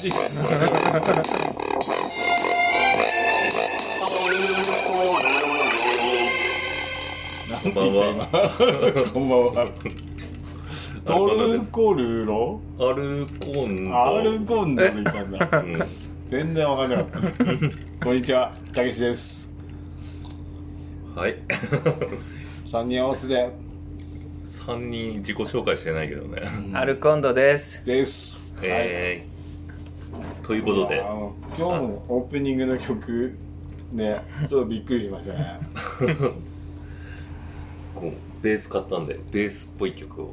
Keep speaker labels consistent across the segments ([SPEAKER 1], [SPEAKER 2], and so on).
[SPEAKER 1] ジ
[SPEAKER 2] なんて言った今こんばんはトルコルロ
[SPEAKER 1] アルコン
[SPEAKER 2] ア
[SPEAKER 1] ド
[SPEAKER 2] ルコンドみたいな
[SPEAKER 1] うん
[SPEAKER 2] 全然わかんなかったこんにちはたけしです
[SPEAKER 1] はい
[SPEAKER 2] 3人合わせで
[SPEAKER 1] 三人自己紹介してないけどね、
[SPEAKER 3] アルコンドです。
[SPEAKER 2] です
[SPEAKER 1] えーということ
[SPEAKER 2] い
[SPEAKER 1] で
[SPEAKER 2] やあの今日のオープニングの曲ねちょっとびっくりしましたね
[SPEAKER 1] こうベース買ったんでベースっぽい曲を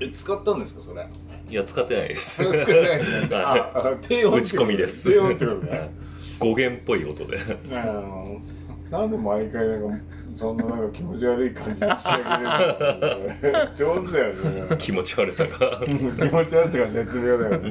[SPEAKER 2] え使ったんですかそれ
[SPEAKER 1] いや使ってない です
[SPEAKER 2] 使ってないですね
[SPEAKER 1] はい
[SPEAKER 2] ああ低音ってこと
[SPEAKER 1] 打ち込みです
[SPEAKER 2] 低音ってことね
[SPEAKER 1] 語源っぽい音で
[SPEAKER 2] あのなんで毎回なんかそんななんか気持ち悪い感じに仕上げるの 上手だよね
[SPEAKER 1] 気持ち悪さが
[SPEAKER 2] 気
[SPEAKER 1] ね
[SPEAKER 2] 持ち悪さが絶妙だよね、うん、
[SPEAKER 1] とい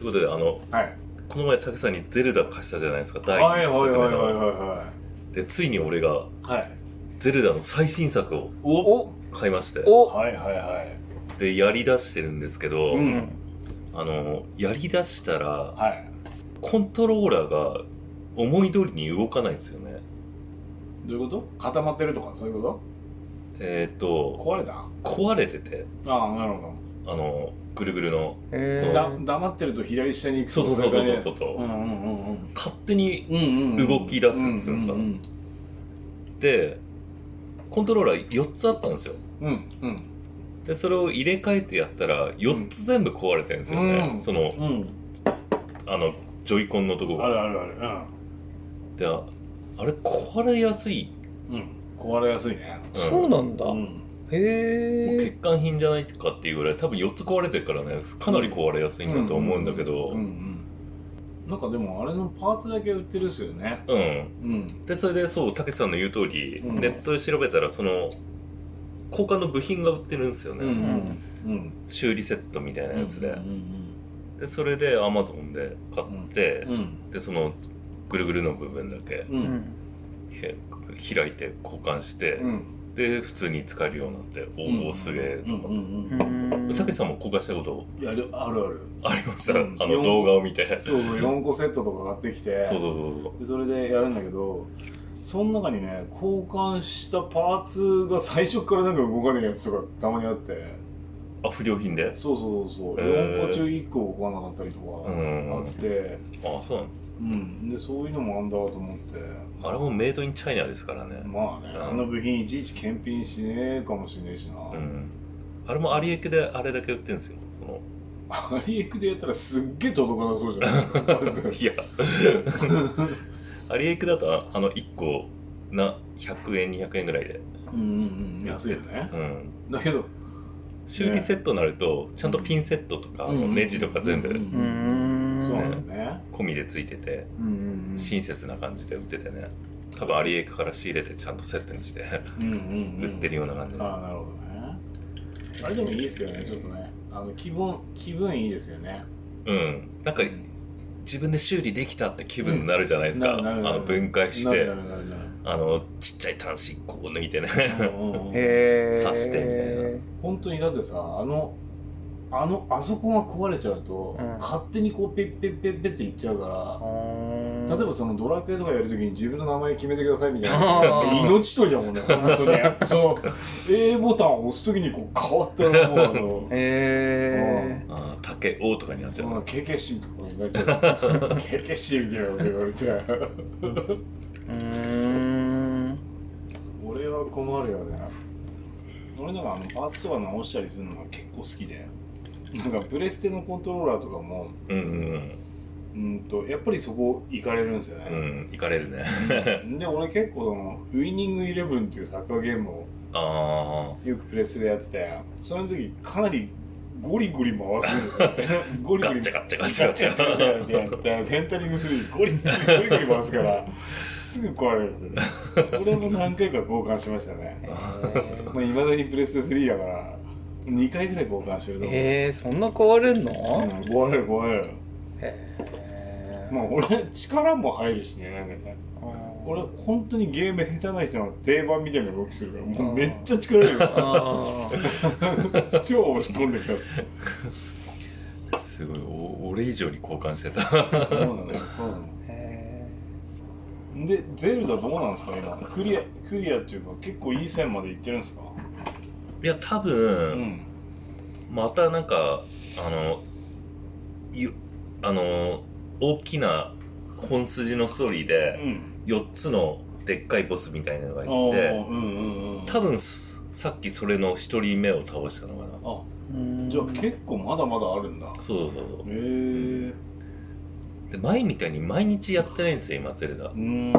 [SPEAKER 1] うことであの
[SPEAKER 2] はい
[SPEAKER 1] この前武さんに「ゼルダ」貸したじゃないですか第
[SPEAKER 2] はいはい
[SPEAKER 1] 一
[SPEAKER 2] はい
[SPEAKER 1] 作
[SPEAKER 2] は
[SPEAKER 1] 目
[SPEAKER 2] いはい
[SPEAKER 1] の
[SPEAKER 2] は
[SPEAKER 1] でついに俺が
[SPEAKER 2] いはい
[SPEAKER 1] 「ゼルダ」の最新作を
[SPEAKER 3] お
[SPEAKER 1] 買いまして
[SPEAKER 3] お
[SPEAKER 2] はいはいはい
[SPEAKER 1] でやりだしてるんですけど、
[SPEAKER 2] うん
[SPEAKER 1] あのやりだしたら
[SPEAKER 2] はい
[SPEAKER 1] コントローラーが思い通りに動かないんですよね
[SPEAKER 2] どういうこと固まってるとかそういうこ
[SPEAKER 1] えーっ
[SPEAKER 2] と
[SPEAKER 1] と
[SPEAKER 2] 壊れたあ
[SPEAKER 1] 壊れてて
[SPEAKER 2] あなるほ
[SPEAKER 1] あのぐるぐるの
[SPEAKER 2] ど、
[SPEAKER 3] えー
[SPEAKER 2] だ黙ってると左下に行く
[SPEAKER 1] そうそうそうそうそうそう、
[SPEAKER 2] うんうんうんうん
[SPEAKER 1] 勝手に
[SPEAKER 2] うんうん
[SPEAKER 1] 動き出すっつうんですか
[SPEAKER 2] うん
[SPEAKER 1] でコントローラー4つあったんですよ
[SPEAKER 2] うんうん
[SPEAKER 1] でそれを入れ替えてやったら4つ全部壊れてるんですよね、
[SPEAKER 2] うん
[SPEAKER 1] その
[SPEAKER 2] うんうん
[SPEAKER 1] あのジョイコンのとこ
[SPEAKER 2] あ
[SPEAKER 1] が
[SPEAKER 2] るあるある
[SPEAKER 1] でああれ壊れやすい、
[SPEAKER 2] うんうん壊れやすいね
[SPEAKER 1] うん
[SPEAKER 3] そうなんだ。
[SPEAKER 2] うん
[SPEAKER 1] もう
[SPEAKER 3] へ
[SPEAKER 1] 欠陥品じゃないかっていうぐらい多分4つ壊れてるからねかなり壊れやすいんだと思うんだけど
[SPEAKER 2] うんうんなんかでもあれのパーツだけ売ってるっすよね
[SPEAKER 1] うん
[SPEAKER 2] うん
[SPEAKER 1] でそれでそうたけさんの言う通り、
[SPEAKER 2] うん
[SPEAKER 1] ネットで調べたらその交換の部品が売ってるんですよね、
[SPEAKER 2] うん
[SPEAKER 1] 修理セットみたいなやつで,、
[SPEAKER 2] うん
[SPEAKER 1] でそれでアマゾンで買って、
[SPEAKER 2] うん
[SPEAKER 1] でそのぐるぐるの部分だけ
[SPEAKER 2] う
[SPEAKER 3] え。うんん。
[SPEAKER 1] へ開いて交換して、
[SPEAKER 2] うん
[SPEAKER 1] で普通に使えるようになっておお、すげえと
[SPEAKER 2] うんう
[SPEAKER 1] 思っ
[SPEAKER 2] ん
[SPEAKER 3] う
[SPEAKER 2] うん
[SPEAKER 1] て
[SPEAKER 3] ん
[SPEAKER 1] たけしさんも交換したこと
[SPEAKER 2] いやあるある
[SPEAKER 1] あります、
[SPEAKER 2] うん
[SPEAKER 1] あ
[SPEAKER 2] よん
[SPEAKER 1] の動画を見て
[SPEAKER 2] そう4個セットとか買ってきて
[SPEAKER 1] そうそうそうそう
[SPEAKER 2] でそれでやるんだけどその中にね交換したパーツが最初からなんか動かねえやつとかたまにあって
[SPEAKER 1] あ不良品で
[SPEAKER 2] そうそうそうそう、
[SPEAKER 1] へ
[SPEAKER 2] 四4
[SPEAKER 1] ー
[SPEAKER 2] 個中1個動かなかったりと
[SPEAKER 1] うん
[SPEAKER 2] かあって、
[SPEAKER 1] あそうなの
[SPEAKER 2] うんでそういうのもあんだと思って
[SPEAKER 1] あれもメイドインチャイナですからね、
[SPEAKER 2] まあね
[SPEAKER 1] うん
[SPEAKER 2] あの部品いちいち検品しねえかもしれねえしな、
[SPEAKER 1] うん、あれも有明であれだけ売ってるんですよその
[SPEAKER 2] アリエクでやったらすっげえ届かなそうじゃないですか
[SPEAKER 1] いや有明だとああの1個な100円200円ぐらいで、
[SPEAKER 2] うんうんうん安いよね
[SPEAKER 1] うん、
[SPEAKER 2] だけど
[SPEAKER 1] 修理セットになるとちゃんとピンセットとか、あのネジとか全部
[SPEAKER 2] うん
[SPEAKER 3] うーん。
[SPEAKER 2] そうなんだよね
[SPEAKER 1] 込みでついてて、
[SPEAKER 2] うんうんうん
[SPEAKER 1] 親切な感じで売っててね多分有明から仕入れてちゃんとセットにして
[SPEAKER 2] うんうんうん
[SPEAKER 1] 売ってるような感じで、
[SPEAKER 2] ああなるほどねあれでもいいですよねちょっとねあの気分気分いいですよね
[SPEAKER 1] うんなんか自分で修理できたって気分になるじゃないですか、
[SPEAKER 2] うんなるなるな
[SPEAKER 1] あ
[SPEAKER 2] る
[SPEAKER 1] の分解し
[SPEAKER 2] な
[SPEAKER 1] て
[SPEAKER 2] るなるなるなる
[SPEAKER 1] あのちっちゃい端子こう抜いてね
[SPEAKER 2] うんうんうん
[SPEAKER 3] へえ。
[SPEAKER 1] 刺してみ
[SPEAKER 2] 本当にだってさあのあのあそこが壊れちゃうと、
[SPEAKER 3] うん
[SPEAKER 2] 勝手にこうペッペッペッペッっていっちゃうから、
[SPEAKER 3] み
[SPEAKER 2] 例えばそのドラクエとかやるときに自分の名前決めてくださいみたい
[SPEAKER 3] あ
[SPEAKER 2] な
[SPEAKER 3] ー
[SPEAKER 2] 命取りだもんね本当にその A ボタンを押すときにこう変わったらもうあの
[SPEAKER 3] へえ。
[SPEAKER 1] あー竹王とかになっちゃ、
[SPEAKER 2] そうの KKC とかになっちゃう KKC みたいなこと言われて。
[SPEAKER 3] うーん。
[SPEAKER 2] 俺は困るよね俺なんかあのパーツとか直したりするのが結構好きでなんかプレステのコントローラーとかも
[SPEAKER 1] うんうん
[SPEAKER 2] うんとやっぱりそこ行かれるんですよ
[SPEAKER 1] うんう
[SPEAKER 2] ね、
[SPEAKER 1] ん行かれるね
[SPEAKER 2] で俺結構そのウイニングイレブンっていうサッカーゲームを
[SPEAKER 1] あ
[SPEAKER 2] よくプレステでやっててその時かなりゴリゴリ回すんですよゴリゴリ
[SPEAKER 1] ガッチャガッチャガッチャ
[SPEAKER 2] ガッチャガッチャガッチャってやってセンタリングするゴリゴリゴリゴリ回すからすぐ壊れるんですよねこれも何回か交換しましたねまあ、いまだにプレステ3だから2回ぐらい交換してると思う、
[SPEAKER 3] へえ、そんな変わる
[SPEAKER 2] うん
[SPEAKER 3] の？
[SPEAKER 2] 壊れる壊れる
[SPEAKER 3] へえ。
[SPEAKER 2] まあ俺力も入るしねなんかね俺本当にゲーム下手な人の定番みたいな動きするからもうめっちゃ力入る
[SPEAKER 3] あー。
[SPEAKER 2] 超押し込んできた。
[SPEAKER 1] すごいお俺以上に交換してた
[SPEAKER 2] そうなのよ、そうなの。
[SPEAKER 3] え
[SPEAKER 2] で、ゼルダどうなんですか、今。クリア、クリアっていうか、結構いい線までいってるんですか
[SPEAKER 1] いや多
[SPEAKER 2] う
[SPEAKER 1] 分、
[SPEAKER 2] ん。
[SPEAKER 1] またなんかあのゆあの大きな本筋のストーリー
[SPEAKER 2] う
[SPEAKER 1] で
[SPEAKER 2] ん。
[SPEAKER 1] 4つのでっかいボスみたいなのがい
[SPEAKER 2] お
[SPEAKER 1] て
[SPEAKER 2] ーうんうんうん。
[SPEAKER 1] 多分すさっきそれの1人目を倒したのかな
[SPEAKER 2] あ、
[SPEAKER 3] ー
[SPEAKER 2] じゃあ結構まだまだあるんだ。
[SPEAKER 1] そうそうそう
[SPEAKER 2] へえ。
[SPEAKER 1] で前みたいに毎日やってないんですよ今ゼルダ
[SPEAKER 2] うーん。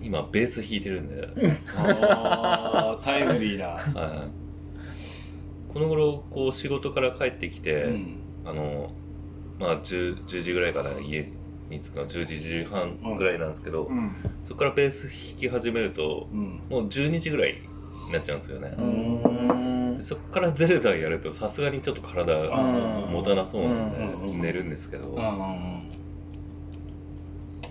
[SPEAKER 1] 今ベース弾いてるんで、
[SPEAKER 2] あー、タイムリーな。
[SPEAKER 1] はい、この頃こう仕事から帰ってきて、
[SPEAKER 2] うん。
[SPEAKER 1] あのまあ 10, 10時ぐらいから家に着くの10時10時半ぐらいなんですけど、
[SPEAKER 2] うん。
[SPEAKER 1] そこからベース弾き始めると
[SPEAKER 2] うん。
[SPEAKER 1] もう12時ぐらいになっちゃうんですよね、
[SPEAKER 3] うーん
[SPEAKER 1] でそこからゼルダやるとさすがにちょっと体
[SPEAKER 2] あ
[SPEAKER 1] 持たなそうなんで、
[SPEAKER 2] うんうん
[SPEAKER 1] 寝るんですけど、
[SPEAKER 2] うんうん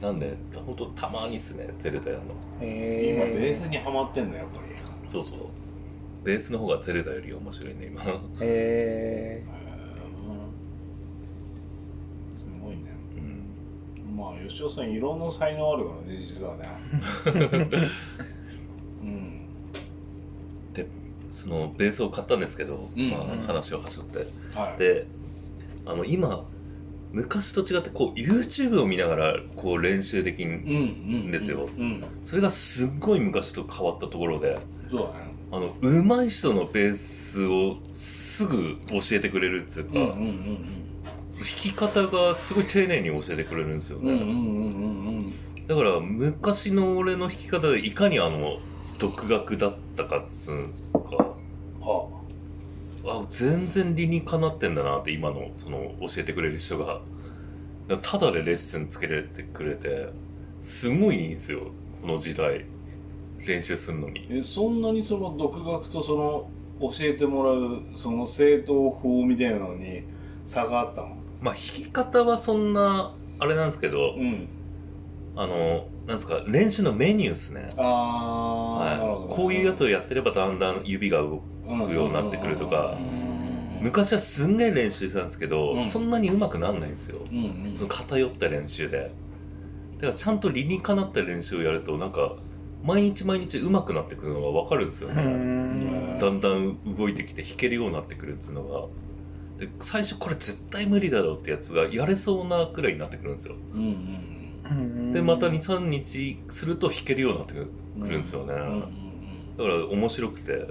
[SPEAKER 1] なんで本当たまにですねゼルダやる
[SPEAKER 2] う
[SPEAKER 1] の
[SPEAKER 2] ん。今、ベー
[SPEAKER 3] え
[SPEAKER 2] スにはまってんの、やっぱり。
[SPEAKER 1] そうそうベースの方がゼルダより面白いね今
[SPEAKER 3] ー、え
[SPEAKER 2] すごいね。
[SPEAKER 1] うん
[SPEAKER 2] まあ、吉尾さん、いろんな才能あるからね、実 はね。うん。
[SPEAKER 1] そのベースを買ったんですけど、
[SPEAKER 2] うん
[SPEAKER 1] まあ
[SPEAKER 2] うん
[SPEAKER 1] 話を端折って
[SPEAKER 2] はい。
[SPEAKER 1] であの今昔と違ってこう YouTube を見ながらこう練習できん
[SPEAKER 2] うんうん。
[SPEAKER 1] ですよ
[SPEAKER 2] うん。
[SPEAKER 1] それがすっごい昔と変わったところで
[SPEAKER 2] そうだね。
[SPEAKER 1] あの上手い人のベースをすぐ教えてくれるっていうか、
[SPEAKER 2] うんうん
[SPEAKER 1] 弾き方がすごい丁寧に教えてくれるんですよ
[SPEAKER 2] うんうん。うん
[SPEAKER 1] ね、
[SPEAKER 2] うんうんうん
[SPEAKER 1] だから昔の俺の弾き方でいかにあの独学だったかっつうんですか
[SPEAKER 2] うん。は
[SPEAKER 1] あ全然理にかなってんだなって今のその教えてくれる人がただでレッスンつけれてくれてすごいいいんですよこの時代練習するの
[SPEAKER 2] あ。
[SPEAKER 1] に
[SPEAKER 2] え、そんなにその独学とその、教えてもらう、その正当法みたいなのに差があったの
[SPEAKER 1] まあ弾き方はそんなあれなんですけど、
[SPEAKER 2] うん。
[SPEAKER 1] あのなんですか練習のメニューですね
[SPEAKER 2] あー、なるほ
[SPEAKER 1] は
[SPEAKER 2] ど。
[SPEAKER 1] い、こういうやつをやってればだんだん指が動くくようになってくるとか
[SPEAKER 2] うん
[SPEAKER 1] 昔はすんげえ練習したんですけど、
[SPEAKER 2] うん
[SPEAKER 1] そんなにうまくなんないんですよ
[SPEAKER 2] うんうん
[SPEAKER 1] その偏った練習でだからちゃんと理にかなった練習をやるとなんか毎日毎日上手くなってくるのが分かるんですよ
[SPEAKER 3] ー、うー
[SPEAKER 1] ね
[SPEAKER 3] ん
[SPEAKER 1] だんだん動いてきて弾けるようになってくるっつうのがで最初これ絶対無理だろうってやつがやれそうなくらいになってくるんですよ
[SPEAKER 2] うんうん
[SPEAKER 3] うん
[SPEAKER 1] でまた23日すると弾けるようになってくる
[SPEAKER 2] うん
[SPEAKER 1] くるんですよね
[SPEAKER 2] う
[SPEAKER 1] だ
[SPEAKER 2] んうんうん
[SPEAKER 1] から面白くて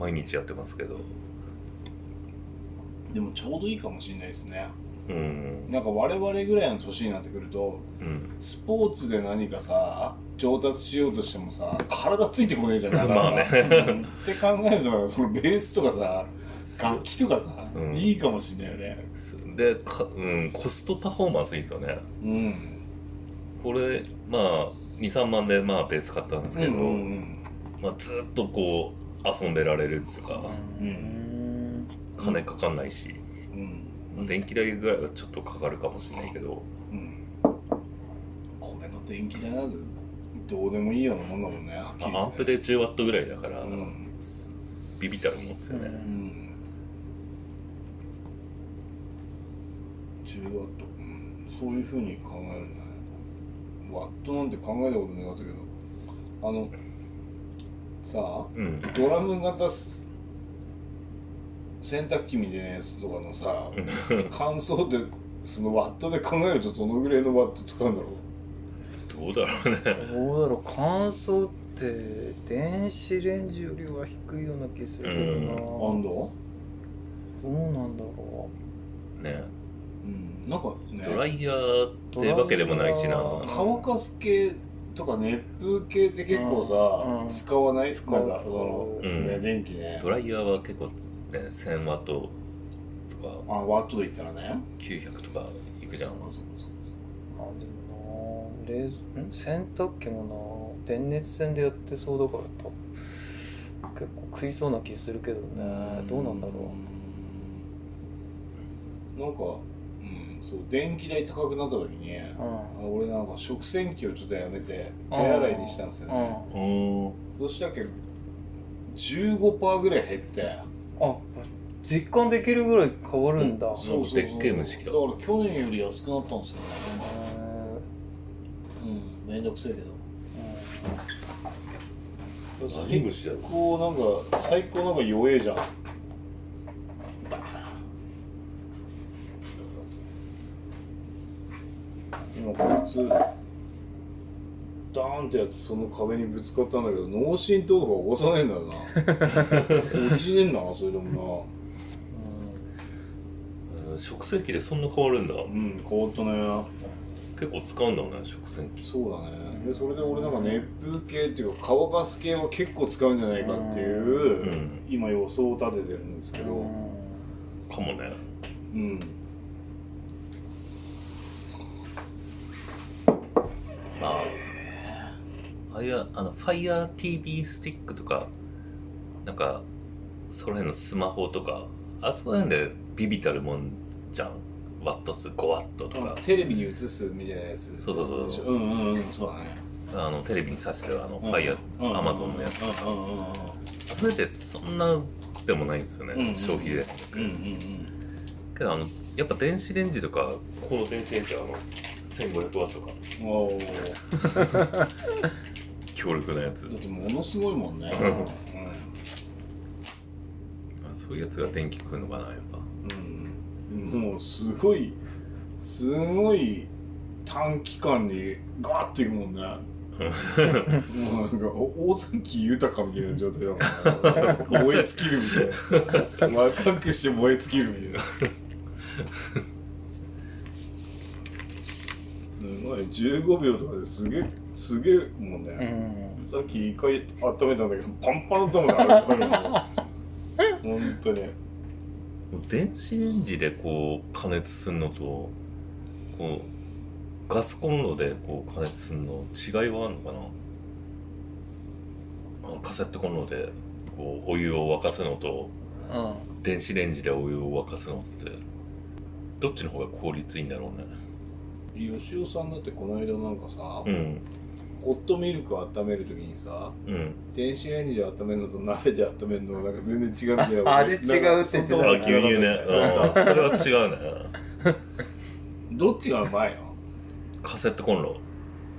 [SPEAKER 1] 毎日やってますけど
[SPEAKER 2] でもちょうどいいかもしれないですね
[SPEAKER 1] うん
[SPEAKER 2] なんか我々ぐらいの年になってくると
[SPEAKER 1] うん
[SPEAKER 2] スポーツで何かさ上達しようとしてもさ体ついてこねえじゃん
[SPEAKER 1] まあね
[SPEAKER 2] うんって考えるとそのベースとかさ楽器とかさ、
[SPEAKER 1] うん
[SPEAKER 2] いいかもしれないよね
[SPEAKER 1] でか、うん、コストパフォーマンスいいですよね
[SPEAKER 2] うん
[SPEAKER 1] これまあ23万でまあベース買ったんですけど、
[SPEAKER 2] うん
[SPEAKER 1] まあ、ずっとこう遊んでられるっていうか
[SPEAKER 3] うーん
[SPEAKER 1] 金かかんないし、
[SPEAKER 2] うん
[SPEAKER 1] まあ電気代ぐらいはちょっとかかるかもしれないけど、
[SPEAKER 2] うんこれの電気代なんてどうでもいいようなもんだもんね
[SPEAKER 1] まあ、アンプで10ワットぐらいだから、
[SPEAKER 2] うん
[SPEAKER 1] ビビったら思うんですよね、
[SPEAKER 3] うん
[SPEAKER 2] うん10ワット、うん、そういうふうに考えるんだねワットなんて考えたことなかったけどあのさ
[SPEAKER 1] うん
[SPEAKER 2] あドラム型す洗濯機みたいなやつとかの さ乾燥ってそのワットで考えるとどのぐらいのワット使うんだろ
[SPEAKER 1] どうだろうね
[SPEAKER 3] どうだろう乾燥って電子レンジよりは低いような気するけどな、
[SPEAKER 2] う温度
[SPEAKER 3] どうなんだろ
[SPEAKER 1] ね
[SPEAKER 2] うんなんかね
[SPEAKER 1] ドライヤーっていうわけでもないしな
[SPEAKER 3] ドライヤー
[SPEAKER 2] 乾かす系とか熱風系って結構さ、
[SPEAKER 3] うんうん
[SPEAKER 2] 使わない
[SPEAKER 3] 使う
[SPEAKER 2] なんかその、
[SPEAKER 1] うん
[SPEAKER 2] ね電気ね
[SPEAKER 1] ドライヤーは結構、ね、1000ワットとか
[SPEAKER 2] あワットで言ったらね
[SPEAKER 1] 900とかいくじゃん
[SPEAKER 2] そっかそっかそっか
[SPEAKER 3] うあでもな冷蔵ん洗濯機もな電熱線でやってそうだからと結構食いそうな気するけどねどうなんだろ
[SPEAKER 2] うなんか、うん、そう電気代高くなった時に
[SPEAKER 3] う、うん
[SPEAKER 2] あ俺なんか食洗機をちょっとやめて手洗いにしたんですよね
[SPEAKER 3] う
[SPEAKER 1] うん
[SPEAKER 2] そしたら結構15%ぐらい減って
[SPEAKER 3] んあ実感できるぐらい変わるんだ、
[SPEAKER 1] うんそうなんかでっけえ虫来た
[SPEAKER 2] だから去年より安くなったんですよね
[SPEAKER 3] へ
[SPEAKER 2] うんめんどくせえけど
[SPEAKER 1] 何虫だろう
[SPEAKER 2] 最高なんか最高なんか弱えじゃん今こいつダーンってやってその壁にぶつかったんだけど脳震盪とか起こさねえんだよ な落ちねえんだなそれでも
[SPEAKER 1] うん食洗機でそんな変わるんだ
[SPEAKER 2] なうん変わったね
[SPEAKER 1] 結構使うんだもんね食洗機
[SPEAKER 2] そうだねでそれで俺なんか熱風系っていうか乾かす系は結構使うんじゃないかっていう、
[SPEAKER 1] うん
[SPEAKER 2] 今予想を立ててるんですけど、
[SPEAKER 1] かもね
[SPEAKER 2] うん、
[SPEAKER 1] まあああいうあの FireTV スティックとかなんかそこら辺のスマホとかあそこら辺でビビたるもんじゃんワット数5ワットとか
[SPEAKER 2] テレビに映すみたいなやつ
[SPEAKER 1] そうそうそうそう
[SPEAKER 2] うんうんうんそうだね
[SPEAKER 1] あのテレビにさしてるあの
[SPEAKER 2] うん
[SPEAKER 1] Fire
[SPEAKER 2] うん
[SPEAKER 1] Amazon のやつ
[SPEAKER 2] うんうんうんうん
[SPEAKER 1] それってそんなでもないんですよね、
[SPEAKER 2] うんうん
[SPEAKER 1] 消費で
[SPEAKER 2] うんうん
[SPEAKER 1] けどあのやっぱ電子レンジとかこの電子レンジはあの1500ワットか
[SPEAKER 2] うんおおー
[SPEAKER 1] 強力なやつ
[SPEAKER 2] だってものすごいもんね
[SPEAKER 1] うんあそういうやつが電気食うのかなやっぱ
[SPEAKER 2] うん、うん、もうすごいすごい短期間にガーっていくもんねもうなんかお大崎豊かみたいな状態だもんね燃え尽きるみたいな若くして燃え尽きるみたいなすごい15秒とかですげえすげえもん
[SPEAKER 3] うんう
[SPEAKER 2] ね、
[SPEAKER 3] ん
[SPEAKER 2] さっき一回温めたんだけどパンパンだったも んね本当に
[SPEAKER 1] 電子レンジでこう加熱するのとこうガスコンロでこう加熱するの違いはあるのかなあのカセットコンロでこうお湯を沸かすのと
[SPEAKER 3] うん
[SPEAKER 1] 電子レンジでお湯を沸かすのってどっちの方が効率いいんだろうね
[SPEAKER 2] 吉尾さんだってこの間なんかさ、
[SPEAKER 1] うん
[SPEAKER 2] ホットミルクを温めるときにさ
[SPEAKER 1] うん
[SPEAKER 2] 電子レンジで温めるのと鍋で温めるのはなんか全然違うみたいなこと
[SPEAKER 3] あ味違うって言ってた
[SPEAKER 1] あ
[SPEAKER 3] ね
[SPEAKER 1] 牛乳ねうんそれは違うね
[SPEAKER 2] どっちがうまいの
[SPEAKER 1] カセットコンロ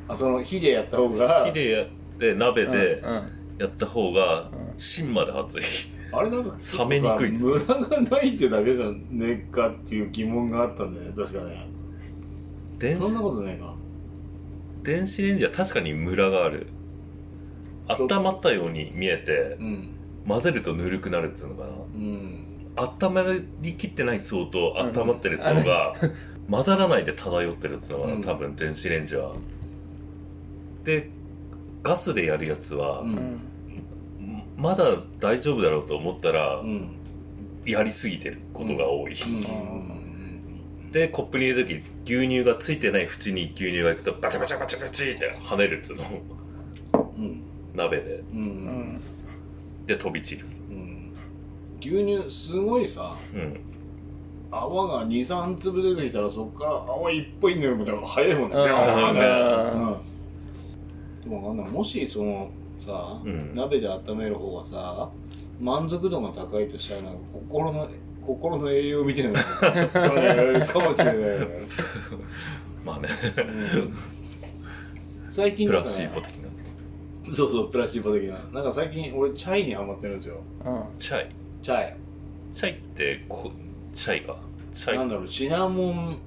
[SPEAKER 2] あその火でやった方が
[SPEAKER 1] 火でやって鍋で
[SPEAKER 3] うん
[SPEAKER 1] やった方が
[SPEAKER 3] うん
[SPEAKER 1] 芯まで熱い
[SPEAKER 2] あれなんか
[SPEAKER 1] 冷めにくいっつ
[SPEAKER 2] ムラがないってだけじゃねえかっていう疑問があったんだよね確かね
[SPEAKER 1] 電
[SPEAKER 2] そんな
[SPEAKER 1] 子
[SPEAKER 2] ことないか
[SPEAKER 1] 電子レンジは確かにムラがある温まったように見えて
[SPEAKER 2] うん
[SPEAKER 1] 混ぜるとぬるくなるっつうのか
[SPEAKER 2] うん
[SPEAKER 1] な温まりきってない層と温まってる層が混ざらないで漂ってるっつうのか
[SPEAKER 2] うん
[SPEAKER 1] な多分電子レンジはでガスでやるやつは、
[SPEAKER 2] うん
[SPEAKER 1] まだ大丈夫だろうと思ったら、
[SPEAKER 2] うんうん
[SPEAKER 1] やりすぎてることが多い、
[SPEAKER 2] うん
[SPEAKER 1] でコップに入れる時牛乳がついてない縁に牛乳がいくとバチャバチャバチャバチって跳ねるっつうの
[SPEAKER 2] うん
[SPEAKER 1] 鍋で
[SPEAKER 2] う
[SPEAKER 3] うんん
[SPEAKER 1] で飛び散る
[SPEAKER 2] うん牛乳すごいさ
[SPEAKER 1] うん
[SPEAKER 2] 泡が23粒出てきたらそっから泡いっぱいになるまでは早いもんね
[SPEAKER 3] うん
[SPEAKER 2] ビャーンって
[SPEAKER 3] うん
[SPEAKER 2] でもあんなもしそのさ、
[SPEAKER 1] うん
[SPEAKER 2] 鍋で温める方がさ満足度が高いとしたらなんか心の心の栄養みたい なのがやられるかもしれないよね、
[SPEAKER 1] まあね
[SPEAKER 2] うん最近
[SPEAKER 1] プ
[SPEAKER 2] だ
[SPEAKER 1] ラ
[SPEAKER 2] から
[SPEAKER 1] シーボ的な
[SPEAKER 2] そうそうプラシーボ的ななんか最近俺チャイにハマってるんですよ
[SPEAKER 3] うん
[SPEAKER 1] チャイ
[SPEAKER 2] チャイ
[SPEAKER 1] チャイってこチャイかチ
[SPEAKER 2] な
[SPEAKER 1] ャ
[SPEAKER 2] ん
[SPEAKER 1] イ
[SPEAKER 2] だろうシナモン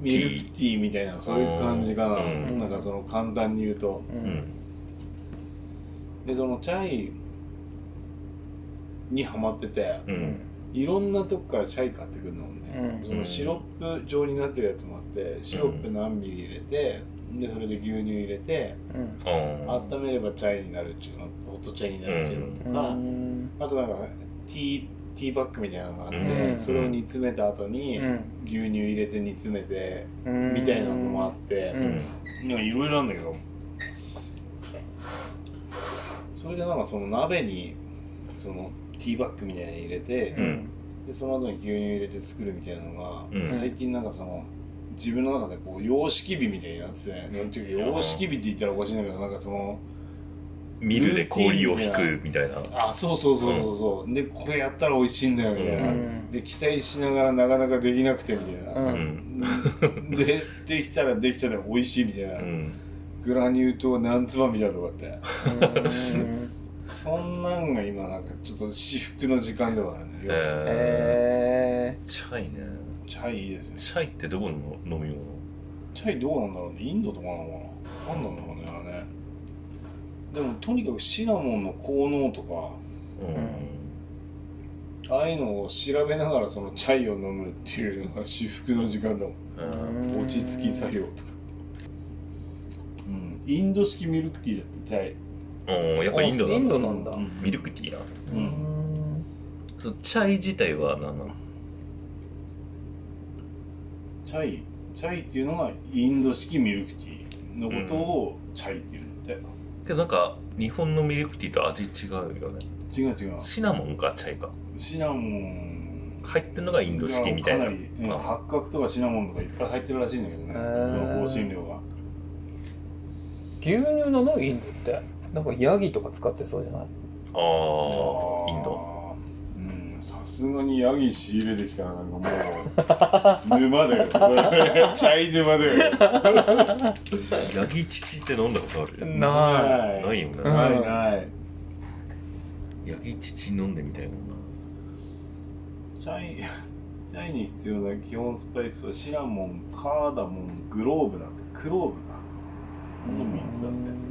[SPEAKER 2] ミルクティーみたいなそういう感じかな、
[SPEAKER 1] うん
[SPEAKER 2] なんかその簡単に言うと
[SPEAKER 1] う
[SPEAKER 3] うん
[SPEAKER 1] ん
[SPEAKER 2] でそのチャイにハマってて
[SPEAKER 1] うん
[SPEAKER 2] いろんなとこからチャイ買ってくるのもね、
[SPEAKER 3] うん
[SPEAKER 2] そのシロップ状になってるやつもあってシロップ何ミリ入れて、でそれで牛乳入れて
[SPEAKER 3] うん
[SPEAKER 1] あー
[SPEAKER 2] 温めればチャイになるっていうのホットチャイになるっていうのとか、
[SPEAKER 3] うん
[SPEAKER 2] あとなんかティーティーバッグみたいなのがあって、
[SPEAKER 1] うん
[SPEAKER 2] それを煮詰めた後に
[SPEAKER 3] うん
[SPEAKER 2] 牛乳入れて煮詰めて
[SPEAKER 3] うん
[SPEAKER 2] みたいなのもあって、
[SPEAKER 3] う
[SPEAKER 1] うん
[SPEAKER 2] なんかいろいろなんだけどそれでなんかその鍋にそのティーバッグみたいなの入れて、
[SPEAKER 3] うん
[SPEAKER 2] でその後に牛乳入れて作るみたいなのが、
[SPEAKER 1] うん
[SPEAKER 2] 最近なんかその自分の中でこう様式美みたいになってて、ね、なんていうか様式美って言ったらおかしいんだけどなんかその
[SPEAKER 1] ミルで氷を引くみたいな
[SPEAKER 2] あそうそうそうそうそう、でこれやったら美味しいんだよみたいな、
[SPEAKER 3] うん
[SPEAKER 2] で期待しながらなかなかできなくてみたいな、
[SPEAKER 3] う
[SPEAKER 1] うんん
[SPEAKER 2] でできたらできたら美味しいみたいな、
[SPEAKER 1] うん
[SPEAKER 2] グラニュー糖何つまみだとかって
[SPEAKER 3] うん
[SPEAKER 2] そんなんが今なんかちょっと至福の時間ではあるね、
[SPEAKER 1] え
[SPEAKER 3] え
[SPEAKER 1] ー、チャイね
[SPEAKER 2] チャイいいですね
[SPEAKER 1] チャイってどこの飲み物
[SPEAKER 2] チャイどうなんだろうねインドとかなのかな何なんだろうねあれねでもとにかくシナモンの効能とか
[SPEAKER 1] うん
[SPEAKER 2] ああいうのを調べながらそのチャイを飲むっていうのが至福の時間だもん
[SPEAKER 1] う
[SPEAKER 3] ー
[SPEAKER 1] ん
[SPEAKER 2] 落ち着き作業とかうんインド式ミルクティーだってチャイ
[SPEAKER 1] うんやっぱインドなんだ
[SPEAKER 3] あなんだ
[SPEAKER 2] う
[SPEAKER 1] ミルクティーな
[SPEAKER 2] う
[SPEAKER 3] うんん
[SPEAKER 1] そのチャイ自体は何なの
[SPEAKER 2] チャイチャイっていうのがインド式ミルクティーのことをチャイっていうんだって
[SPEAKER 1] けどなんか日本のミルクティーと味違うよね
[SPEAKER 2] 違う違う
[SPEAKER 1] シナモンかチャイか
[SPEAKER 2] シナモン
[SPEAKER 1] 入ってんのがインド式みたいな
[SPEAKER 2] かなり、うん、
[SPEAKER 1] あ
[SPEAKER 2] 八角とかシナモンとかいっぱい入ってるらしいんだけどね
[SPEAKER 3] へー
[SPEAKER 2] その香辛料が
[SPEAKER 3] 牛乳なのインドってなんかヤギとか使ってそうじゃない
[SPEAKER 1] ああインド
[SPEAKER 2] ドうんさすがにヤギ仕入れてきたらなんかもう沼 だよチャイ沼だよ
[SPEAKER 1] ヤギ乳って飲んだことある
[SPEAKER 3] な
[SPEAKER 2] な
[SPEAKER 1] ないよ
[SPEAKER 3] う
[SPEAKER 1] ね
[SPEAKER 3] ん
[SPEAKER 2] ないない
[SPEAKER 1] ヤギ乳飲んでみたいもんな
[SPEAKER 2] チャイ チャイに必要な基本スパイスはシナモンカーダモングローブだってクローブかこの三つだって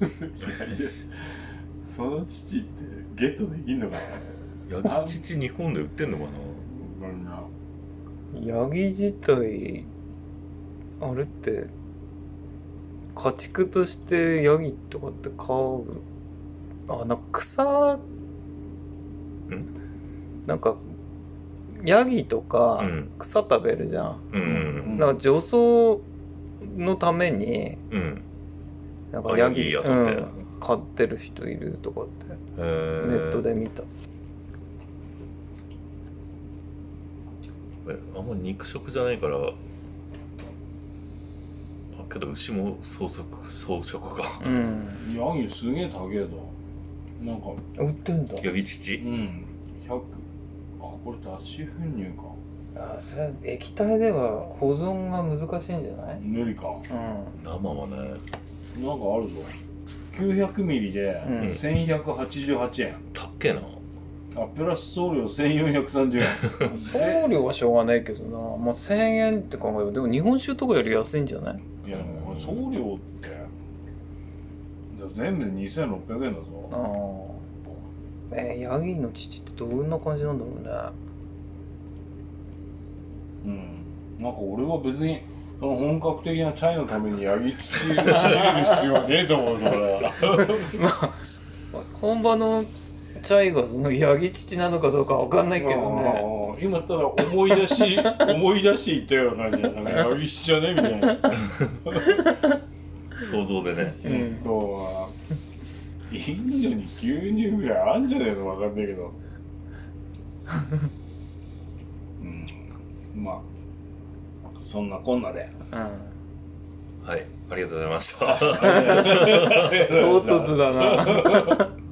[SPEAKER 2] いやいやその父ってゲットできんのかな
[SPEAKER 1] ヤギ乳日本で売ってんのかな
[SPEAKER 3] ヤギ自体あれって家畜としてヤギとかって飼うあなんか草なんかヤギとか
[SPEAKER 1] うん
[SPEAKER 3] 草食べるじゃん、
[SPEAKER 1] うんうん
[SPEAKER 3] なんか除草のために
[SPEAKER 1] うん
[SPEAKER 3] なん
[SPEAKER 1] あ
[SPEAKER 3] かヤ
[SPEAKER 1] ヤギ
[SPEAKER 3] ギ
[SPEAKER 1] や
[SPEAKER 3] う
[SPEAKER 1] とって
[SPEAKER 3] ん、飼ってる人いるとかって
[SPEAKER 1] ネ
[SPEAKER 3] ネットで見た、
[SPEAKER 1] あんま肉食じゃないからあけど牛も草食草食か
[SPEAKER 3] うん、
[SPEAKER 2] ヤギすげえ高えだなんか
[SPEAKER 3] 売ってんだ
[SPEAKER 1] ヤギ
[SPEAKER 2] う
[SPEAKER 1] 乳
[SPEAKER 2] ん100あこれ脱脂粉乳か
[SPEAKER 3] あそれ液体では保存が難しいんじゃない
[SPEAKER 2] 無理かなんか
[SPEAKER 3] う
[SPEAKER 1] 生はね
[SPEAKER 2] あるぞ900ミリで
[SPEAKER 3] んうん
[SPEAKER 2] 1188円、
[SPEAKER 1] たっけな
[SPEAKER 2] あプラス送料1430円
[SPEAKER 3] 送料はしょうがないけどな、まあ、1000円って考えればでも日本酒とかより安いんじゃない
[SPEAKER 2] いやこれ送料ってじゃあ全部で2600円だぞ
[SPEAKER 3] ああえー、ヤギの乳ってどんな感じなんだろうね
[SPEAKER 2] うんなんか俺は別にその本格的なチャイのためにヤギ乳仕入れる必要はねえと思うぞ俺は
[SPEAKER 3] 本場のチャイがそのヤギ乳なのかどうかわかんないけどね
[SPEAKER 2] ああ今ただ思い出し思い出して言ったような感じだからヤギ乳じゃねえみたいな
[SPEAKER 1] 想像でね
[SPEAKER 3] う
[SPEAKER 2] うん
[SPEAKER 3] ん
[SPEAKER 2] とはインドに牛乳ぐらいあんじゃねえのわかんないけどうんまあそんなこんなで
[SPEAKER 1] はいありがとうございました
[SPEAKER 2] 唐
[SPEAKER 3] 唐突だな